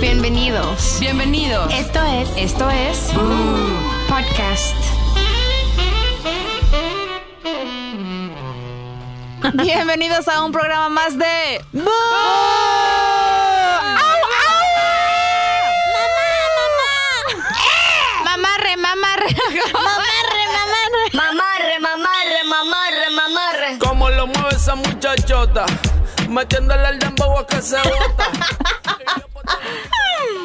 Bienvenidos. Uh. Bienvenidos. Esto es. Esto es. Podcast. Bienvenidos a un programa más de. ¡Bú! Mamarre, mamarre. Mamarre, mamarre, mamarre, mamarre. Como lo mueve esa muchachota, metiéndole el dembow a que se bota.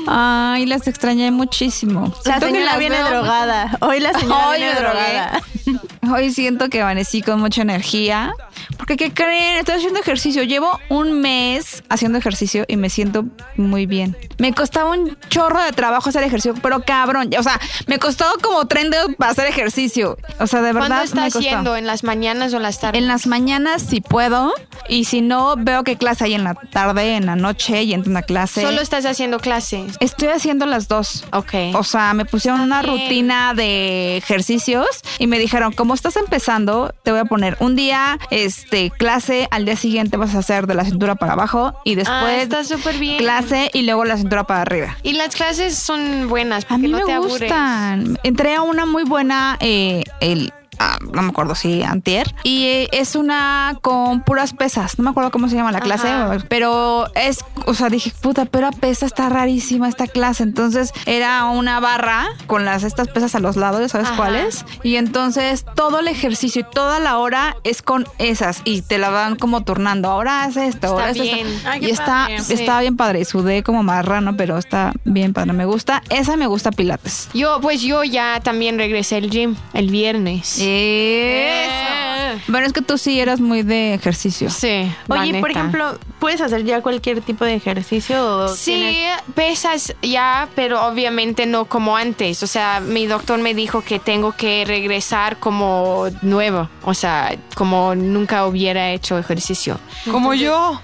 Ay, las extrañé muchísimo. La Siento que señora las viene veo- drogada. Hoy la señora Hoy viene me drogada. drogué. Hoy siento que amanecí con mucha energía. Porque, ¿qué creen? Estoy haciendo ejercicio. Llevo un mes haciendo ejercicio y me siento muy bien. Me costaba un chorro de trabajo hacer ejercicio, pero cabrón. O sea, me costó como tren dedos para hacer ejercicio. O sea, de ¿Cuándo verdad. está me costó. haciendo? ¿En las mañanas o en las tardes? En las mañanas si puedo y si no veo qué clase hay en la tarde, en la noche y entro a una clase. Solo estás haciendo clases. estoy haciendo las dos. Ok. O sea, me pusieron una Pues bien. rutina de ejercicios y me dijeron, como estás empezando, te voy a poner un día este clase, al día siguiente vas a hacer de la cintura para abajo y después Ah, está súper bien. clase y luego la cintura para arriba. Y las clases son buenas porque A mí no me te aburres. gustan. Entré a una muy buena, eh, el, ah, no me acuerdo si antier, y eh, es una con puras pesas. No me acuerdo cómo se llama la clase, Ajá. pero es, o sea, dije, puta, pero a pesa está rarísima esta clase. Entonces era una barra con las estas pesas a los lados, ya ¿sabes Ajá. cuáles? Y entonces todo el ejercicio y toda la hora es con esas y te la van como turnando. Ahora haz esto, ahora haz esto. bien. y está, Sí. está bien padre. Sudé como marrano, pero está bien padre. Me gusta. Esa me gusta Pilates. Yo, pues yo ya también regresé al gym el viernes. Eh, Eso. Bueno, es que tú sí eras muy de ejercicio. Sí. la Oye, por neta. ejemplo, ¿puedes hacer ya cualquier tipo de ejercicio? o Sí, tienes- pesas ya, pero obviamente no como antes. O sea, mi doctor me dijo que tengo que regresar como nuevo. O sea, como nunca hubiera hecho ejercicio. Como yo.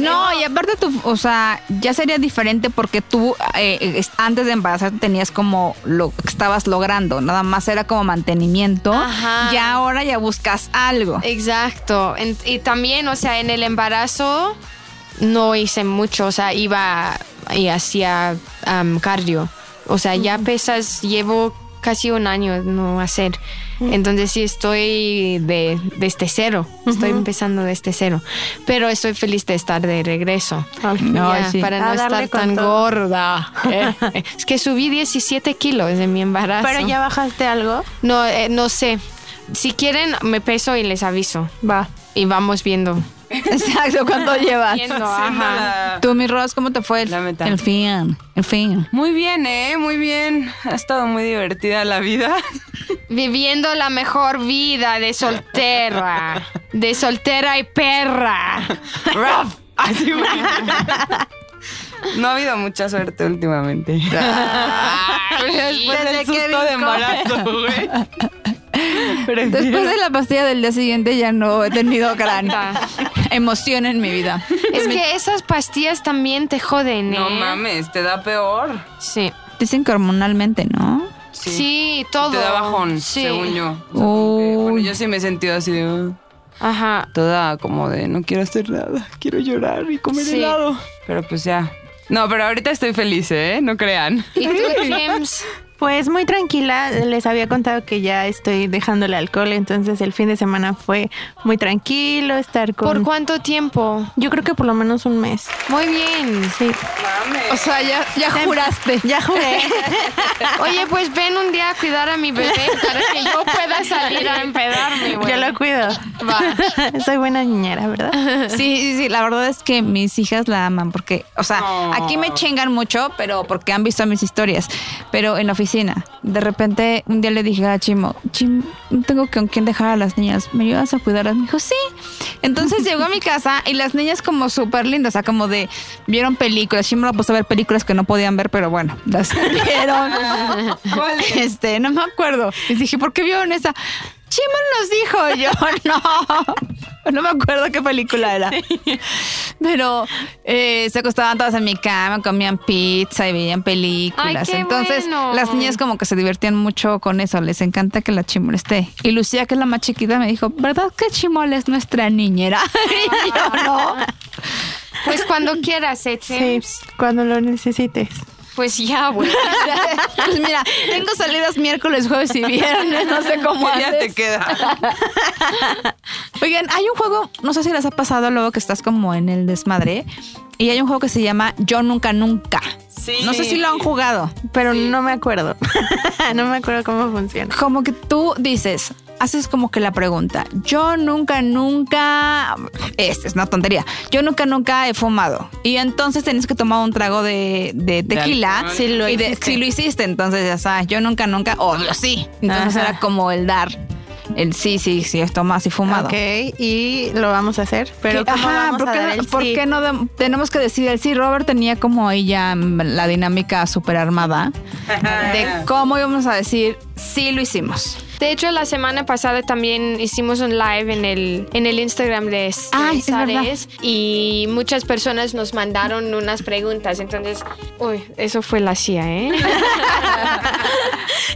no, y aparte tú, o sea, ya sería diferente porque tú eh, es- antes de embarazarte tenías como lo que estabas logrando, nada más era como mantenimiento. Ajá. Y ahora ya buscas algo. Exacto. En- y también, o sea, en el embarazo no hice mucho. O sea, iba y hacía am, cardio. O sea, ya pesas, llevo casi un año no hacer. Entonces sí estoy de, desde cero. Estoy empezando desde cero. Pero estoy feliz de estar de regreso. No, Ya, sí. Para no A darle estar con tan todo. gorda. Eh, es que subí 17 kilos de mi embarazo. ¿Pero ya bajaste algo? No, eh, no sé. Si quieren, me peso y les aviso. Va. Y vamos viendo. Exacto, ¿cuánto llevas? Viendo, ah. ajá. Tú, mi Ross, ¿cómo te fue el, La meta. el fin? El fin. Muy bien, ¿eh? Muy bien. Ha estado muy divertida la vida. Viviendo la mejor vida de soltera. De soltera y perra. Rough. Así, güey. No ha habido mucha suerte últimamente. Después Desde del que susto de brincó. embarazo, güey. Después de la pastilla del día siguiente ya no he tenido gran Tanta. emoción en mi vida. Es que esas pastillas también te joden, ¿eh? No mames, te da peor. Sí. Dicen que hormonalmente, ¿no? Sí, todo. Te da bajón, Sí. según yo. O sea, como que, bueno, Uy. yo sí me he sentido así de, "Ah", Ajá. toda como de no quiero hacer nada, quiero llorar y comer Sí. helado. Pero pues ya. No, pero ahorita estoy feliz, ¿eh? No crean. ¿Y tú, James? Pues muy tranquila, les había contado que ya estoy dejando el alcohol, entonces el fin de semana fue muy tranquilo, estar con... ¿Por cuánto tiempo? Yo creo que por lo menos un mes. Muy bien. Sí. O sea, ya, ya juraste. Ya juré. Oye, pues ven un día a cuidar a mi bebé para que yo pueda salir a empedarme, güey. Yo lo cuido. Va. Soy buena niñera, ¿verdad? Sí, sí, sí, la verdad es que mis hijas la aman porque, o sea, No. aquí me chingan mucho, pero porque han visto mis historias, pero en la oficina. De repente un día le dije a Chimo, Chim, no tengo con quién dejar a las niñas, ¿me ayudas a cuidarlas? Me dijo, sí. Entonces llegó a mi casa y las niñas como súper lindas, o sea, como de, vieron películas, Chimo la puso a ver películas que no podían ver, pero bueno, las vieron. Este, no me acuerdo. Les dije, ¿por qué vieron esa? Chimo nos dijo, yo no. No me acuerdo qué película era. Pero eh, se acostaban todas en mi cama, comían pizza y veían películas. Ay, qué Entonces, bueno. las niñas como que se divertían mucho con eso. Les encanta que la chimol esté. Y Lucía, que es la más chiquita, me dijo, ¿verdad que chimol es nuestra niñera? y yo no. Pues cuando quieras, Ed Sí, Sims. cuando lo necesites. Pues ya, güey. Pues mira, tengo salidas miércoles, jueves y viernes, no sé cómo Ya te andes. queda. Oigan, hay un juego, no sé si les ha pasado luego que estás como en el desmadre, y hay un juego que se llama Yo Nunca Nunca. Sí. No sé si lo han jugado. Pero no me acuerdo. no me acuerdo cómo funciona. Como que tú dices, haces como que la pregunta, yo nunca, nunca, esta es una tontería, yo nunca, nunca he fumado. Y entonces tienes que tomar un trago de, de tequila. alcohol. si, lo y de- si lo hiciste, entonces ya sabes, yo nunca, nunca, obvio, sí. Entonces Ajá. era como el dar, el sí, sí, sí, es tomado, sí, fumado. Ok, y lo vamos a hacer. Pero Que- ¿cómo ajá, vamos ¿por a qué, dar el por sí? qué no dam- tenemos que decidir? el Sí, Robert tenía como ahí ya mm, la dinámica super armada de cómo íbamos a decir sí lo hicimos. De hecho, la semana pasada también hicimos un live en el, en el Instagram de S- Ay, es Sares y muchas personas nos mandaron unas preguntas. Entonces, uy, eso fue la CIA, ¿eh?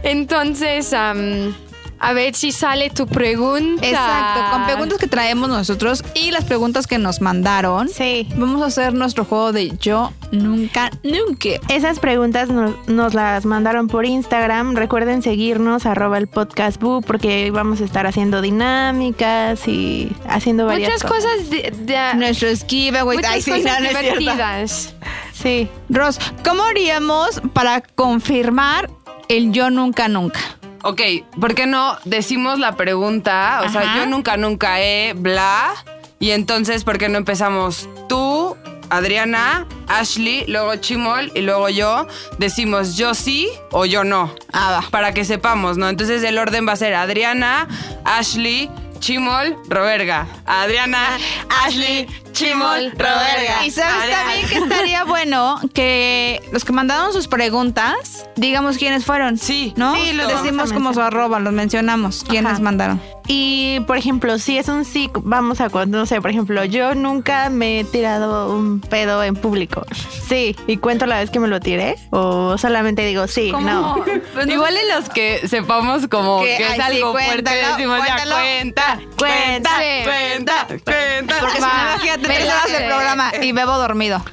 entonces, am, a ver si sale tu pregunta. Exacto, con preguntas que traemos nosotros y las preguntas que nos mandaron. Sí. Vamos a hacer nuestro juego de yo nunca, nunca. Esas preguntas nos, nos las mandaron por Instagram. Recuerden seguirnos, arroba el podcast Boo, porque vamos a estar haciendo dinámicas y haciendo varias Muchas cosas de- de- Nuestro giveaway. Ah. muchas pues, Ay, sí, cosas no, no es cierto. divertidas. Sí. Ros, ¿cómo haríamos para confirmar el yo nunca, nunca? Ok, ¿por qué no decimos la pregunta? O sea, Ajá. yo nunca, nunca he, bla. Y entonces, ¿por qué no empezamos tú, Adriana, Ashley, luego Chimol y luego yo? Decimos yo sí o yo no. Ah, va. Para que sepamos, ¿no? Entonces el orden va a ser Adriana, Ashley, Chimol, Roberga. Adriana, Ah, Ashley, Chimol, Roberga. Y sabes Adriana- también que estaría bueno que los que mandaron sus preguntas, digamos quiénes fueron. Sí, ¿No? sí, los vamos decimos a como su mencionar. arroba, los mencionamos. ¿Quiénes Ajá. mandaron? Y, por ejemplo, si es un sí, vamos a cuando, no sé, por ejemplo, yo nunca me he tirado un pedo en público. Sí. ¿Y cuento la vez que me lo tiré? ¿O solamente digo sí? No. Igual en los que sepamos como Pues Que, que, ay, es sí, algo fuerte, cuéntalo, decimos cuéntalo. ya cuenta, cuenta, Sí. cuenta, cuenta. Porque si no, Va, imagínate, me tres la horas de sé. programa y bebo dormido.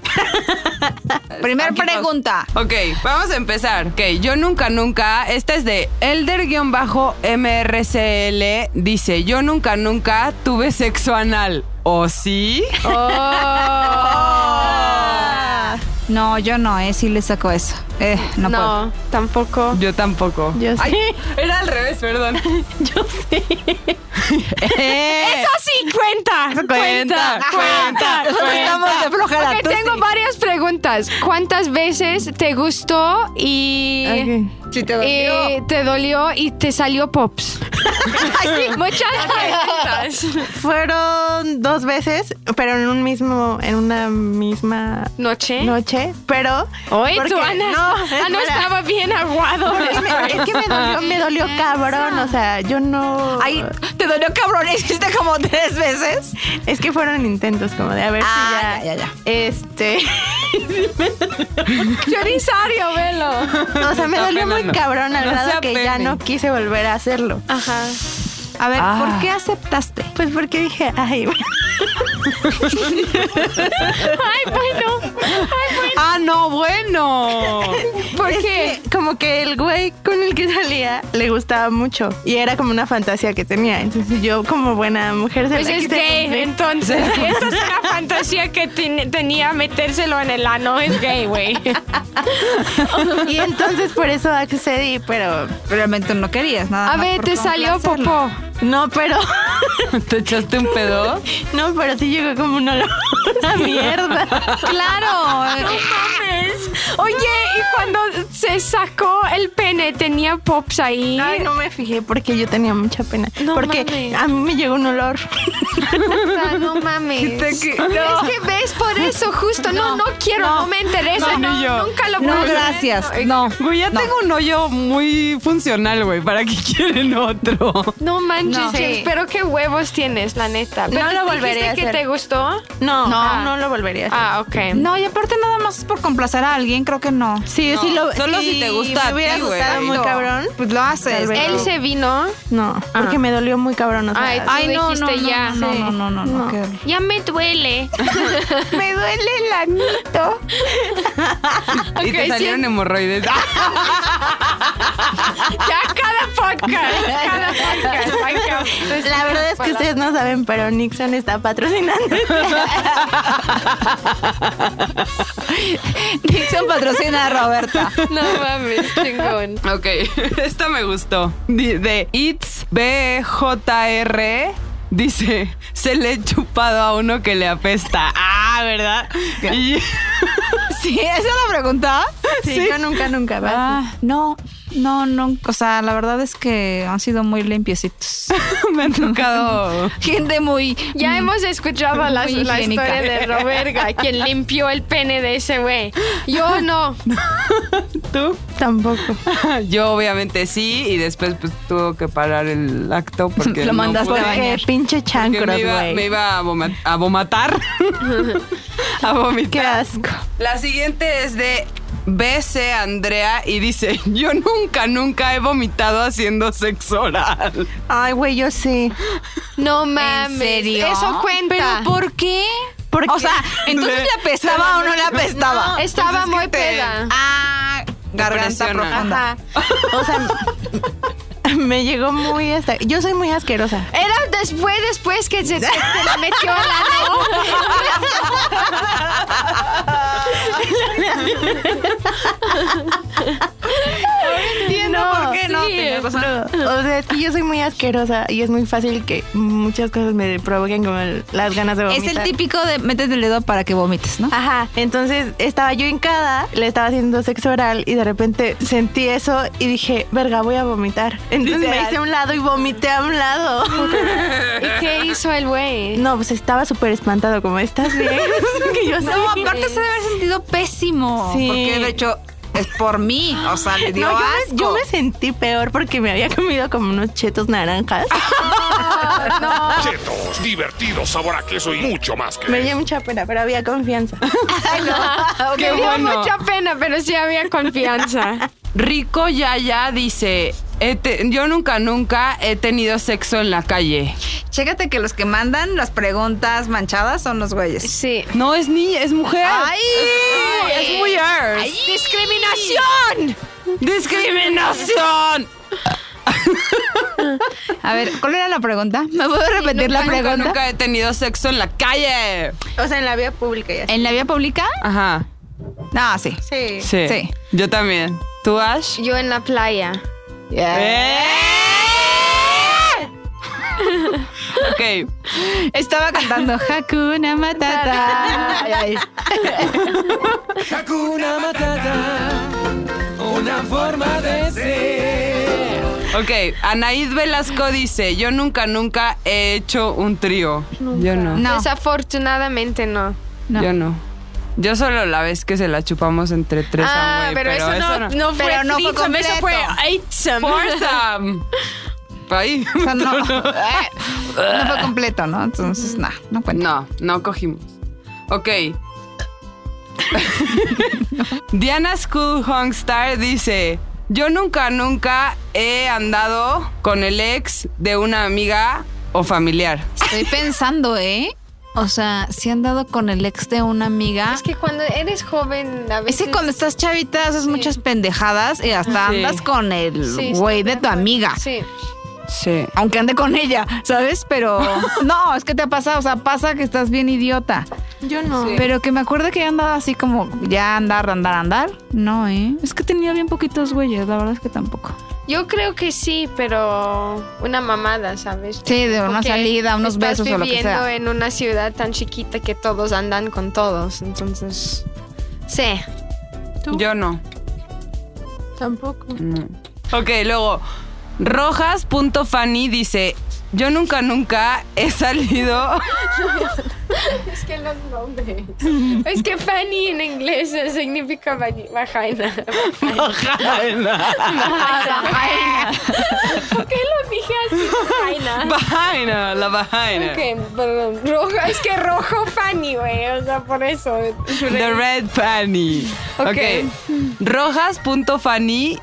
Primera Aquí vamos. pregunta. Ok, vamos a empezar. Ok, yo nunca, nunca. Esta es de Elder-MRCL. Dice: Yo nunca, nunca tuve sexo anal. ¿O sí? No, yo no, eh, sí le saco eso. Eh, no, No, puedo. tampoco. Yo tampoco. Yo sí. Ay, era al revés, perdón. Eh. Yo sí. Eso sí cuenta. Cuenta, cuenta, Nosotros estamos de flojera. Ok, tú tengo sí. varias preguntas. ¿Cuántas veces te gustó y, Ok. Sí, te y dolió. te dolió y te salió pops? Muchas preguntas. Fueron dos veces, pero en un mismo, en una misma ¿Noche? noche, pero ¿Eh? Oye, porque- tú, Ana, no, Ana espera. estaba bien aguado. Porque me- es que me dolió, me dolió cabrón, o sea, yo no Ay, te dolió cabrón, ¿eh? hiciste como tres veces. es que fueron intentos como de a ver Ah, si ya, ya, ya, ya. Este, Chorizario, velo. o sea, me Está dolió muy penando. cabrón al No grado sea que ya pene. no quise volver a hacerlo. Ajá. A ver, Ah. ¿por qué aceptaste? Pues porque dije, ay, Ay, bueno. Ah, no, bueno. ¿por qué? como que el güey con el que salía le gustaba mucho y era como una fantasía que tenía. Entonces yo como buena mujer se Pues la es quise gay, cumplir. entonces. Si esa es una fantasía que ten- tenía metérselo en el ano, es gay, güey. Y entonces por eso accedí, pero Realmente no querías nada. A más ver, Ah, por te salió complacerlo. popó. no, pero ¿Te echaste un pedo? no, pero sí llegó como un olor a mierda. Claro. Oye, y cuando se sacó el pene, tenía pops ahí. Ay, no me fijé porque yo tenía mucha pena. No porque mames. a mí me llegó un olor. Puta, no mames. Te que- no. Es que ves por eso, justo. No, no, quiero, no, me interesa. No, No, ni yo. nunca lo No, puedo gracias. No. Güey, ya No. tengo un hoyo muy funcional, güey. ¿Para qué quieren otro? No manches, No. James, Sí. pero qué huevos tienes, la neta. Pero No lo ¿dijiste volveré a que hacer. te gustó? No, No. no, lo volvería a hacer. Ah, ok. No, y aparte nada más por complacer a alguien, creo que no. Sí, No, sí lo solo si te gusta a Me hubiera ti, güey. gustado muy Exacto. cabrón. Pues lo haces. Tal vez. Él se vino. No, porque me dolió muy cabrón. O sea, Ah. Ay, Ay, no, no, dijiste no, ya. no, no, no, no, no, No. qué- Ya me duele. me duele el anito. Y te Ok, salieron sí. hemorroides. ya cada podcast. Cada podcast. Ay, cabrón. La verdad es que ustedes no saben, pero Nixon está patrocinando. Nixon patrocina a Roberta. No mames, chingón. Ok, esta me gustó. Di- De It's BJR. Dice, se le he chupado a uno que le apesta. Ah, ¿verdad? Y- ¿Sí? ¿Esa la pregunta? Sí, yo nunca, nunca. va. Ah, no, no, no. O sea, la verdad es que han sido muy limpiecitos. me han tocado. Gente muy... mm, Ya hemos escuchado la, Muy la higiénica. historia de Roberga, quien limpió el pene de ese güey. Yo no. ¿Tú? Tampoco. Yo obviamente sí, y después pues tuvo que parar el acto porque Lo mandaste pude. a bañar. Porque pinche Porque chancros, me iba, me güey. iba a, voma- a vomatar. a vomitar. Qué asco. La siguiente es de BC Andrea y dice, yo nunca, nunca he vomitado haciendo sexo oral. Ay, güey, yo sí. No mames. serio? Eso cuenta. ¿Pero por qué? Porque- O sea, ¿entonces Le- le apestaba o no le apestaba? No, estaba Pues es que muy te- peda. Ah, garganta presiona. profunda. Ajá. O sea, me llegó muy hasta. Yo soy muy asquerosa. Era después, después que se te, te la metió la Entiendo por qué no. sí. tenía razón. O sea, es que yo soy muy asquerosa y es muy fácil que muchas cosas me provoquen como el- las ganas de Es vomitar. el típico de métete el dedo para que vomites, ¿no? Ajá. Entonces estaba yo hincada, le estaba haciendo sexo oral y de repente sentí eso y dije, verga, voy a vomitar. Entonces me hice a un lado y vomité a un lado. ¿Y qué hizo el güey? No, pues estaba súper espantado, como estás bien. que yo No, sí. aparte Ah, se debe haber sentido pésimo. Sí. Porque de hecho es por mí. O sea, le dio No, yo, asco. me, yo me sentí peor porque me había comido como unos chetos naranjas. Ah. Chetos, divertido, sabor a queso y mucho más que Me eso. dio mucha pena, pero había confianza. Me dio bueno. mucha pena, pero sí había confianza. Rico Yaya dice, "He te- yo nunca, nunca he tenido sexo en la calle. Chécate que los que mandan las preguntas manchadas son los güeyes. Sí. No, es niña, es mujer. ¡Ay! Es mujer. ¡Discriminación! ¡Discriminación! A ver, ¿cuál era la pregunta? ¿Me puedo repetir la Nunca, pregunta? nunca he tenido sexo en la calle. O sea, en la vía pública ya. ¿En la vía pública? Ajá. No, sí. Sí. Sí. Sí. Yo también. ¿Tú, Ash? Yo en la playa. ¡Eh! ok. Estaba cantando Hakuna Matata. Ay, ay. Ok. Anaid Velasco dice: Yo nunca, nunca he hecho un trío. Yo no. No, Desafortunadamente no. no. Yo no. Yo solo la vez que se la chupamos entre tres Ah, a un güey, pero, eso, no, no fue Pero no fue threesome, eso fue completo. eightsome. Foursome. Ahí. O sea, no, eh, no fue completo, ¿no? Entonces, no, no cuenta. No, no cogimos. Ok. Diana School Hongstar dice: Yo nunca, nunca he andado con el ex de una amiga o familiar. Estoy pensando, ¿eh? O sea, si han dado con el ex de una amiga. Es que cuando eres joven, a Es veces. que cuando estás chavita haces muchas pendejadas y hasta Sí. andas con el Sí, güey estoy de tu acuerdo. amiga. Sí. Sí. Aunque ande con ella, ¿sabes? Pero no, es que te pasa, o sea, pasa que estás bien idiota. Yo no. Pero que me acuerdo que he andado así como ya andar, andar, andar. No, ¿eh? Es que tenía bien poquitos güeyes, la verdad es que tampoco. Yo creo que sí, pero una mamada, ¿sabes? Sí, de una Porque salida, unos estás besos o lo que viviendo sea. en una ciudad tan chiquita que todos andan con todos, entonces sí. Yo no. Tampoco. Ok, luego. Rojas.fanny dice: Yo nunca, nunca he salido. Es que que los nombres. es que Fanny en inglés significa vagi- vagina. Vagina. ¿Por qué lo dije así? Vagina. Vagina, la vagina. Ok, perdón. Rojo, es que rojo Fanny, güey. O sea, por eso. The Red Fanny. Ok. Ok. Rojas.fanny.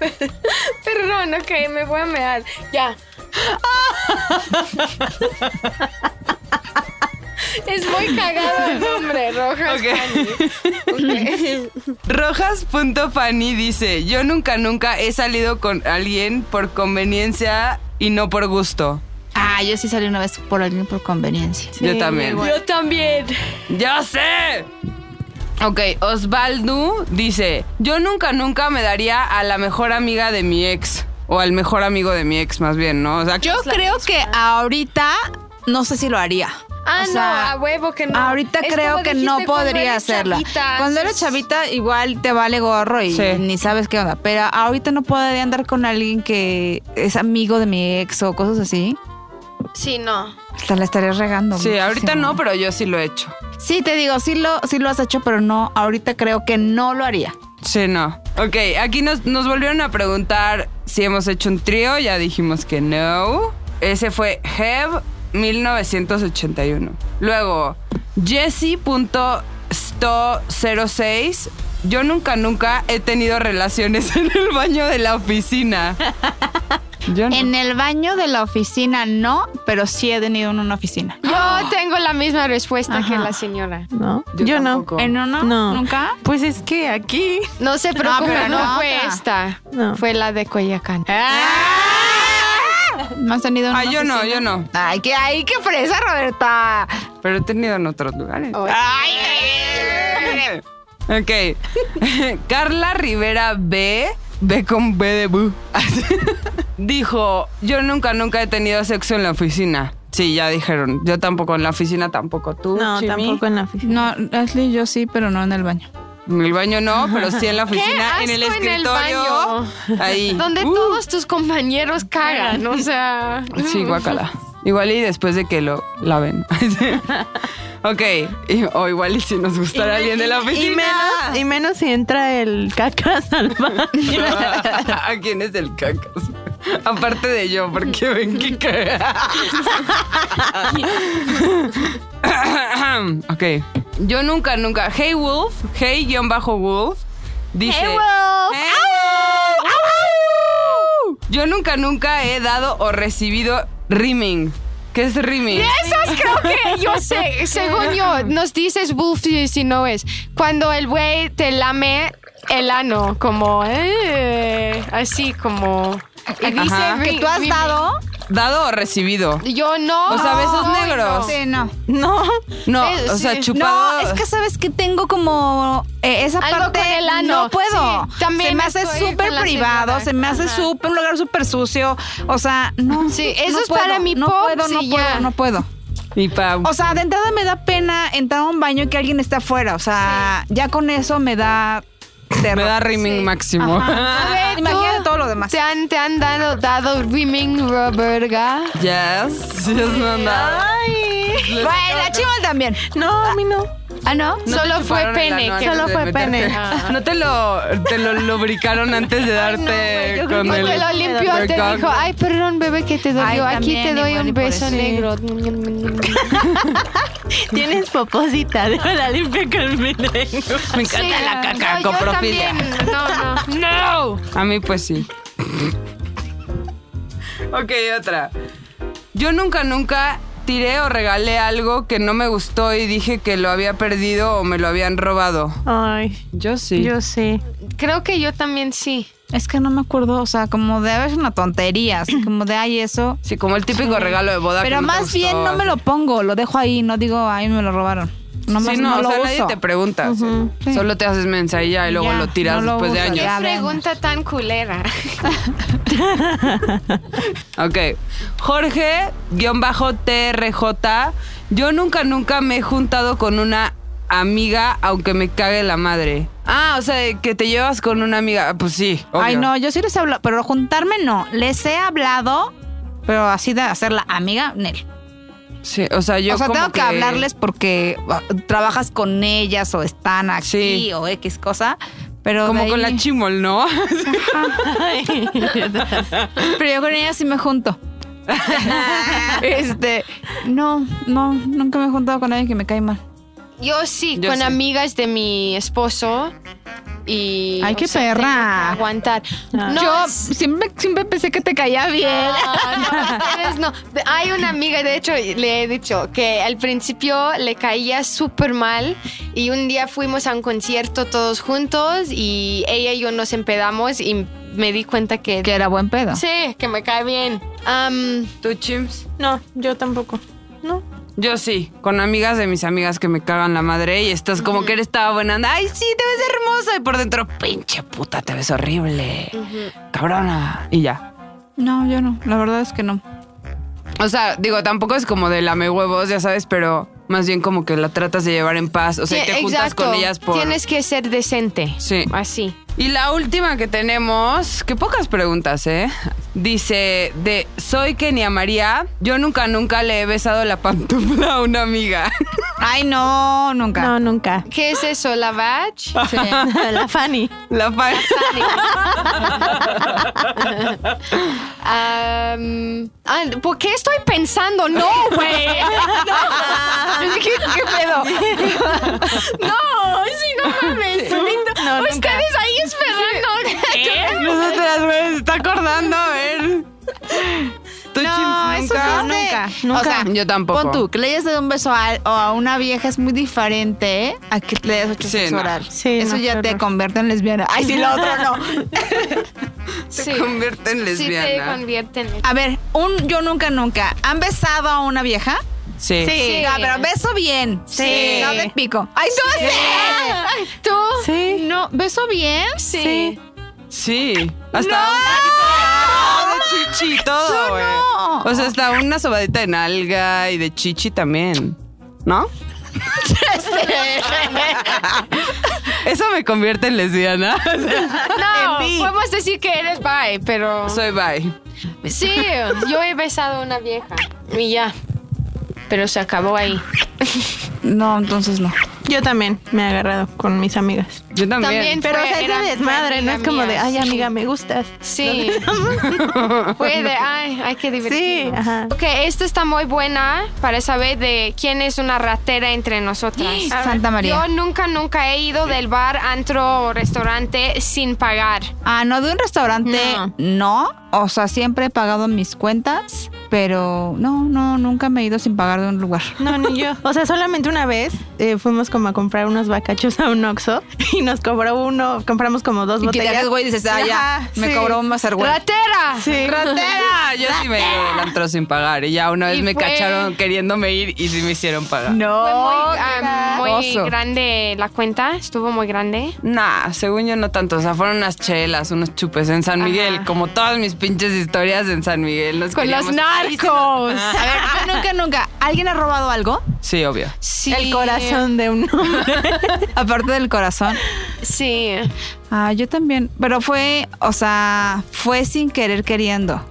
Perdón, ok, me voy a mear. Ya. es muy cagado el nombre, rojas Ok. Fanny. Ok. Rojas.fanny dice: Yo nunca, nunca he salido con alguien por conveniencia y no por gusto. Ah, yo sí salí una vez por alguien por conveniencia. Yo también. Yo también. ¡Ya sé! Ok, Osvaldo dice: Yo nunca, nunca me daría a la mejor amiga de mi ex. O al mejor amigo de mi ex, más bien, ¿no? O sea, Yo creo que ahorita no sé si lo haría. Ah, O sea, no, a huevo que no. Ahorita Es creo como que dijiste no cuando podría eres hacerla. chavita, cuando haces- eres chavita igual te vale gorro y Sí. ni sabes qué onda. Pero ahorita no podría andar con alguien que es amigo de mi ex o cosas así. Sí, no. Te la estaría regando. sí, ahorita muchísimo. no, pero yo sí lo he hecho. Sí, te digo, sí lo, sí lo has hecho, pero no, ahorita creo que no lo haría. Sí, no. Ok, aquí nos, nos volvieron a preguntar si hemos hecho un trío. Ya dijimos que no. Ese fue Heb 1981. Luego, Jesse.sto06. Yo nunca, nunca he tenido relaciones en el baño de la oficina. Yo no. En el baño de la oficina no, pero sí he tenido uno en una oficina. Yo Ah. tengo la misma respuesta que la señora. ¿No? Yo Yo, no. tampoco. ¿En uno? No. ¿Nunca? Pues es que aquí. No se pero preocupe, no, no fue otra. esta. No. Fue la de Coyacán. Eh. ¿No has tenido uno? Ah, yo no, yo no. Ay, que ay, qué fresa, Roberta. Pero he tenido en otros lugares. Oh. Ay, ay, ay. Ok. Carla Rivera B. B con B de bu. Dijo: Yo nunca, nunca he tenido sexo en la oficina. Sí, ya dijeron. Yo tampoco en la oficina, tampoco tú. No, Chimi. tampoco en la oficina. No, Ashley, yo sí, pero no en el baño. En el baño no, pero sí en la oficina, en el asco en el escritorio. baño. ahí. Donde Uh. todos tus compañeros cagan, o sea. Mm. Sí, guacala. Igual y después de que lo laven. ok. y- o igual y si nos gustara alguien de la oficina. Y menos, y menos si entra el cacas al baño. ¿A quién es el cacas? Aparte de yo, porque ven que caga. ok. Yo nunca, nunca. Hey Wolf, hey guión bajo Wolf. Dice, hey Wolf. Yo nunca, nunca he dado o recibido rimming. ¿Qué es rimming? Esas creo que yo sé, según yo, nos dices Wolf si si no es. Cuando el güey te lame el ano, como eh, así como. Y dice Ajá. ri- ¿Que tú has ri- dado? Dado o recibido. Yo no. O sea, besos Ay, negros. Sí, no. No. No, Eh, o sea, sí. chupado. No, es que sabes que tengo como eh, esa Algo parte con el ano. no puedo. Sí, también se me hace estoy súper con la privado, señora. se me hace Ajá. súper un lugar súper sucio, o sea, no. Sí, eso no es para mi no pop, puedo, no sí, puedo, ya. no puedo. Y pa- O sea, de entrada me da pena entrar a un baño y que alguien esté afuera, o sea, ya con eso me da terror. me da rimming máximo. A ver, Ah, Imagínate tú, todo lo demás. Te han, te han dado, dado rimming Roberga. Yes, yes, no, no. Bueno, la chival también. No, a mí no. Ah, no. No Solo te fue chuparon el pene. ano que- antes Solo de fue meterte. pene. No te lo, te lo lubricaron antes de Ay, no, darte güey, yo creo con que el. Cuando lo limpió, te cock. dijo, ay, perdón, bebé, que te dolió. Ay, Aquí te también, doy igual y un por beso eso. negro. Tienes poposita, de la limpia con mi lengua. Me encanta Sí, la caca, no, yo coprofilia. también. No, no. ¡No! A mí, pues sí. ok, otra. Yo nunca, nunca tiré o regalé algo que no me gustó y dije que lo había perdido o me lo habían robado. Ay, Yo sí. yo sí. Creo que yo también sí. Es que no me acuerdo, o sea, como de haber sido una tontería, así como de ay eso. Sí, como el típico regalo de boda. que Pero no Ah, te más gustó. bien no me lo pongo, lo dejo ahí, no digo, ay, me lo robaron. No, Sí, más, no, no, o lo sea, uso. nadie te pregunta. o sea, Sí. Solo te haces mensa y ya, y luego Ya, lo tiras no lo después de usas, años. ya. Qué Ah, bueno. pregunta tan culera. Ok. Jorge-TRJ. Yo nunca, nunca me he juntado con una amiga, aunque me cague la madre. Ah, o sea, de que te llevas con una amiga. Pues sí. obvio. Ay, no, yo sí les hablo, pero juntarme no. Les he hablado, pero así de hacerla amiga, Nel. Sí, o sea, yo o sea, como tengo que, que hablarles porque ah, trabajas con ellas o están aquí Sí. o X cosa. Pero Como de con la ahí- chimol, ¿no? Pero yo con ellas sí me junto. este, no, no, nunca me he juntado con alguien que me cae mal. Yo sí, Yo con sí. amigas de mi esposo. Y, Ay, o qué sea, tengo perra. que Aguantar. No, yo es- siempre, siempre pensé que te caía bien. Ah, no, ustedes no. De- Hay una amiga, de hecho, le he dicho que al principio le caía súper mal y un día fuimos a un concierto todos juntos y ella y yo nos empedamos y me di cuenta que... Que era buen pedo. Sí, que me cae bien. Am, ¿Tú, Chimps? No, yo tampoco. No. Yo sí, con amigas de mis amigas que me cagan la madre y estás como que eres estaba buena onda. Ay, sí, te ves hermosa. Y por dentro, pinche puta, te ves horrible. Cabrona. Y ya. No, yo no. La verdad es que no. O sea, digo, tampoco es como de lame huevos, ya sabes, pero más bien como que la tratas de llevar en paz. O sea, y tie- te juntas exacto, con ellas por. Tienes que ser decente. Sí. Así. Y la última que tenemos, que pocas preguntas, ¿eh? Dice de soy Kenia María. Yo nunca, nunca le he besado la pantufla a una amiga. Ay, no, nunca. No, nunca. ¿Qué es eso, la badge? Sí. la Fanny. La fan. Am, ah, ¿Por qué estoy pensando? No, güey. No. ¿Qué, qué pedo? No, sí, no mames. No, nunca. Ustedes ahí esperando. Nosotras, güey, se está acordando, a ver. ¿Tú No, Chimps, eso nunca? sí es de- Nunca, O sea, nunca. Yo tampoco. Pon tú, que le hayas dado un beso a, o a una vieja es muy diferente ¿eh? a que le hayas hecho Sí, sexo no. oral. Sí, Eso no, ya qué te horror. convierte en lesbiana. Ay, sí, lo otro no. Sí, Te convierte en sí te lesbiana. convierten. A ver, un yo nunca, nunca. ¿Han besado a una vieja? Sí. Sí. Sí. Ah, pero beso bien. Sí. No de pico. Ay, tú sí. ¿Tú? Sí. No, beso bien. Sí. Sí. Hasta un de chichi y todo, güey. no. O sea, hasta una sobadita de nalga y de chichi también. ¿No? Eso me convierte en lesbiana. No, En mí. podemos decir que eres bye, pero. Soy bye. Sí, yo he besado a una vieja. Y ya. Pero se acabó ahí. No, entonces no. Yo también me he agarrado con mis amigas. Yo También. también. Pero Fue- o sea, es era- de fue desmadre, no amiga es como de, mía, ay, sí. amiga, me gustas. Sí. Fue de, ay, hay que Sí, divertirnos. ajá. Ok, esta está muy buena para saber de quién es una ratera entre nosotras. Ah, Santa María. Yo nunca, nunca he ido del bar, antro o restaurante sin pagar. Ah, no, de un restaurante, No. no. O sea, siempre he pagado mis cuentas, pero no, no, nunca me he ido sin pagar de un lugar. No, ni yo. O sea, solamente una vez eh, fuimos como a comprar unos bacachos a un Oxxo y nos cobró uno, compramos como dos Y que te botellas. hagas güey y dices, ah, ya, Ajá, me sí. cobró más güey. ¡Ratera! Sí. Ratera. Yo sí me iba al antro sin pagar. Y ya una vez Y me fue- cacharon queriéndome ir y sí me hicieron pagar. Fue muy, ah, mira. muy Oh, Oso. grande la cuenta, estuvo muy grande. Nah, según yo no tanto. O sea, fueron unas chelas, unos chupes en San Miguel. Como todas mis pinches historias en San Miguel. Nos Con los queríamos- narcos. A ver, yo nunca, nunca. ¿Alguien ha robado algo? Sí, obvio. Sí. El corazón de un hombre. Aparte del corazón. Sí. Ah, yo también. Pero fue, o sea, fue sin querer queriendo.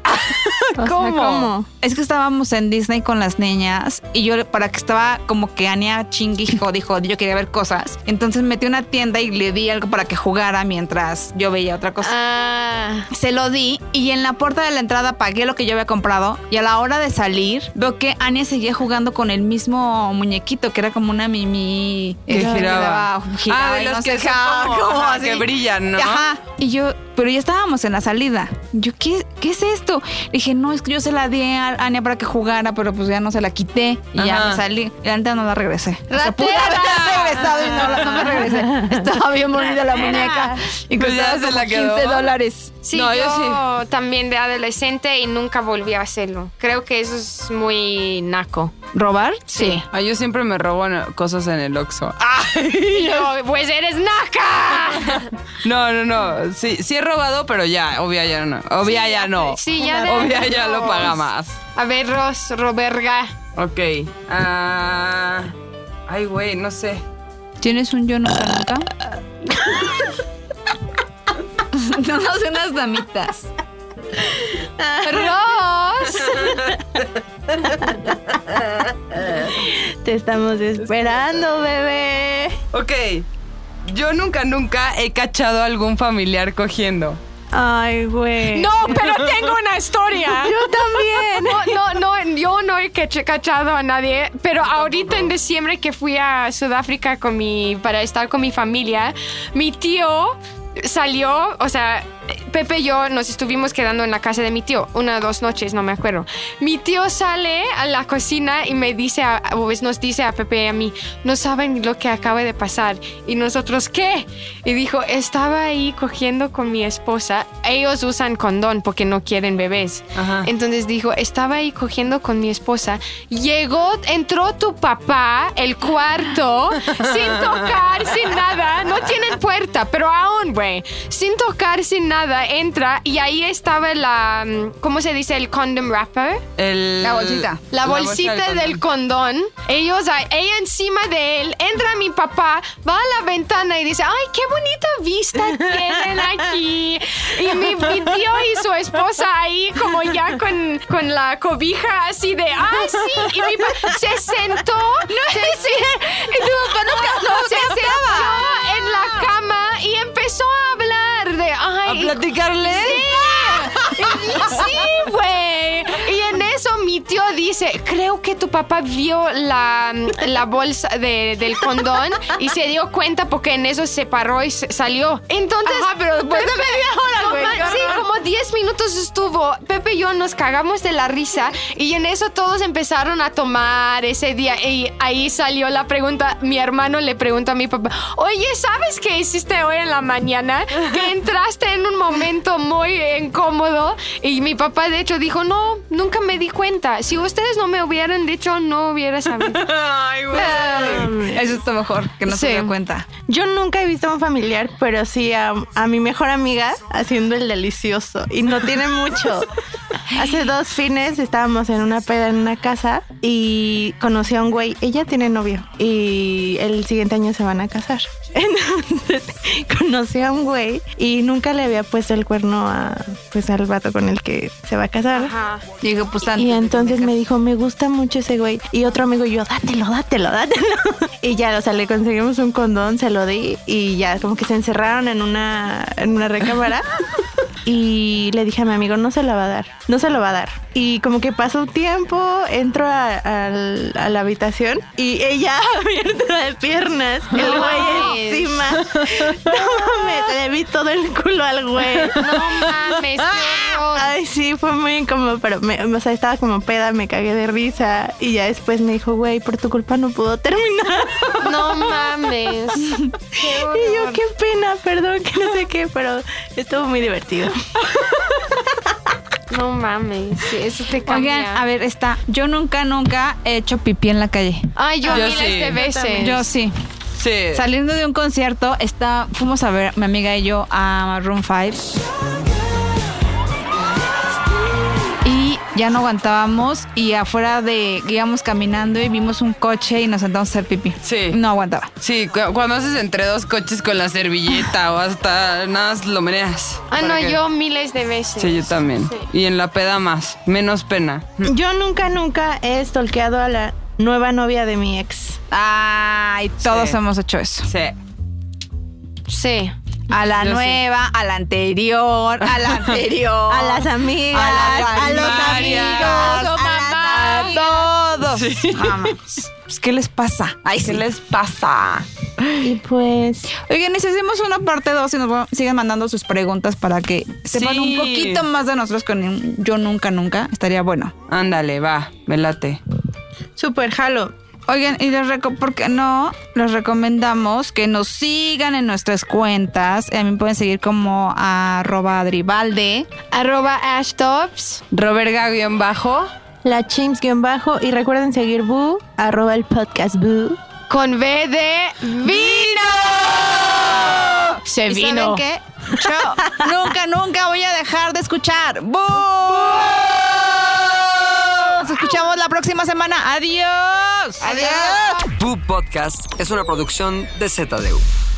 O sea, ¿Cómo? Es que estábamos en Disney con las niñas y yo para que estaba como que Ania chingui jodi, jodi, yo quería ver cosas. Entonces metí una tienda y le di algo para que jugara mientras yo veía otra cosa. Ah, Se lo di y en la puerta de la entrada pagué lo que yo había comprado y a la hora de salir veo que Ania seguía jugando con el mismo muñequito que era como una mimi Que este, giraba. daba- giraba Ah, de y los no que sé, son ajá, como- como ajá, que así. brillan, ¿no? Ajá. Y yo, pero ya estábamos en la salida. Yo, ¿qué, qué es esto? Le dije, no, es que yo se la di a Ania para que jugara, pero pues ya no se la quité y Ajá. ya me salí. Y la neta no la regresé. O sea, pude ¡Ratera! haberla regresado y no, la- no me regresé. Estaba bien molida la muñeca y Pues ya costaba se como la quedó. 15 dólares. sí, No, yo, yo también de adolescente y nunca volví a hacerlo. Creo que eso es muy naco. ¿Robar? Sí. Ah, yo siempre me robo en- cosas en el Oxxo. Ah, Y yo, pues eres naca. No, no, no. Sí, sí he robado, pero ya, obvia ya no. Obvia ya no. Sí, ya de- Obvia ya lo paga más. A ver, Ros, Roberga. Ok. Ah, ay, güey, no sé. ¿Tienes un yo nunca nunca? no, no, son unas damitas. Ros. Te estamos esperando, bebé. Ok. Yo nunca, nunca he cachado a algún familiar cogiendo. Ay, güey. No, pero tengo una historia. Yo también. No, no, no, yo no he cach- cachado a nadie, pero ahorita en diciembre que fui a Sudáfrica con mi, para estar con mi familia, mi tío salió, o sea, Pepe y yo nos estuvimos quedando en la casa de mi tío, una o dos noches, no me acuerdo. Mi tío sale a la cocina y me dice, a, o es- nos dice a Pepe y a mí, no saben lo que acaba de pasar. Y nosotros, ¿qué? Y dijo, estaba ahí cogiendo con mi esposa. Ellos usan condón porque no quieren bebés. Ajá. Entonces dijo, estaba ahí cogiendo con mi esposa. Llegó, entró tu papá, el cuarto, sin tocar, sin nada. No tienen puerta, pero aún, güey. Sin tocar, sin nada, entra y ahí estaba la, mm, ¿cómo se dice? El condom wrapper. El- La bolsita. La bolsita bolsa del condón. Ellos, a- ella encima de él, entra mi papá, va a la ventana y dice, ay, qué bonita vista tienen aquí. Y mi, mi tío y su esposa ahí como ya con, con la cobija así de, ay, sí. Y mi papá se sentó. No, y tu papá no, se sentó en la cama y empezó a hablar de, ay, condón. ¿A platicarle? Sí, güey. Y en eso mi tío dice, creo que tu papá vio la, la bolsa de- del condón y se dio cuenta porque en eso se paró y se- salió. Entonces... Ajá, pero después de Pepe- media hora, güey, No, qué ma- Sí, horror. como 10 minutos estuvo. Pepe y yo nos cagamos de la risa y en eso todos empezaron a tomar ese día y ahí salió la pregunta, mi hermano le preguntó a mi papá, oye, ¿sabes qué hiciste hoy en la mañana? Que entraste en un momento muy incómodo y mi papá de hecho dijo, no, nunca me di cuenta. Si ustedes no me hubieran dicho, no hubiera sabido. Eh, Ay, güey. Eso está mejor, que no se Sí. dio cuenta. Yo nunca he visto a un familiar, pero sí a, a mi mejor amiga haciendo el delicioso. Y no tiene mucho. Hace dos fines estábamos en una peda en una casa y conocí a un güey. Ella tiene novio y el siguiente año se van a casar. Entonces conocí a un güey y nunca le había puesto el cuerno a, pues, al vato con el que se va a casar. Y dije, pues antes. Y de que entonces me me dijo, me gusta mucho ese güey. Y otro amigo y yo, dátelo, dátelo, dátelo. Y ya, o sea, le conseguimos un condón, se lo di y ya como que se encerraron en una, en una recámara. Y le dije a mi amigo, no se la va a dar, no se lo va a dar. Y como que pasó un tiempo, entro a, al- a la habitación y ella abierta de piernas, el No güey mames. encima. No mames, le vi todo el culo al güey. No mames, qué horror. Ay, sí, fue muy incómodo, pero me, o sea, estaba como peda, me cagué de risa. Y ya después me dijo, güey, por tu culpa no pudo terminar. No mames. Qué Y yo, horror. qué pena, perdón, que no sé qué, pero estuvo muy divertido. No mames. sí, Eso te cambia. Oigan, a ver, está. Yo nunca, nunca he hecho pipí en la calle. Ay, yo, Yo miles sí. de Yo veces. Yo sí. Sí. Saliendo de un concierto, está, fuimos a ver, mi amiga y yo, a Room 5. Y ya no aguantábamos y afuera de íbamos caminando y vimos un coche y nos sentamos a hacer pipí. Sí. No aguantaba. Sí, cu- cuando haces entre dos coches con la servilleta o hasta nada más lo meneas. Ah, Para no, que- yo miles de veces. Sí, yo también. Y en la peda más, menos pena. Yo nunca, nunca he stalkeado a la nueva novia de mi ex. Ay, todos Sí. hemos hecho eso. Sí. Sí. A la Yo sí. nueva, a la anterior, a la anterior. A las amigas, a, las a los primarias, amigos, a, mamá. las- a todos. Vamos. Pues, ¿Qué les pasa? Ay, ¿Qué les pasa? Y pues, Oigan, y si hacemos una parte 2 y nos van- sigan mandando sus preguntas para que sepan Sí. un poquito más de nosotros con un Yo Nunca Nunca, estaría bueno. Ándale, va, me late. super jalo. Oigan, y les reco ¿por qué no? Les recomendamos que nos sigan en nuestras cuentas. A mí pueden seguir como arroba adribalde, Arroba ashtops. Roberga-bajo. La chimps guión bajo y recuerden seguir Boo, arroba el podcast Boo. Con B de vino. Se ¿Y vino. saben qué? Yo nunca, nunca voy a dejar de escuchar. ¡Bú! Nos escuchamos la próxima semana. Adiós. Adiós. Boo Podcast es una producción de ZDU.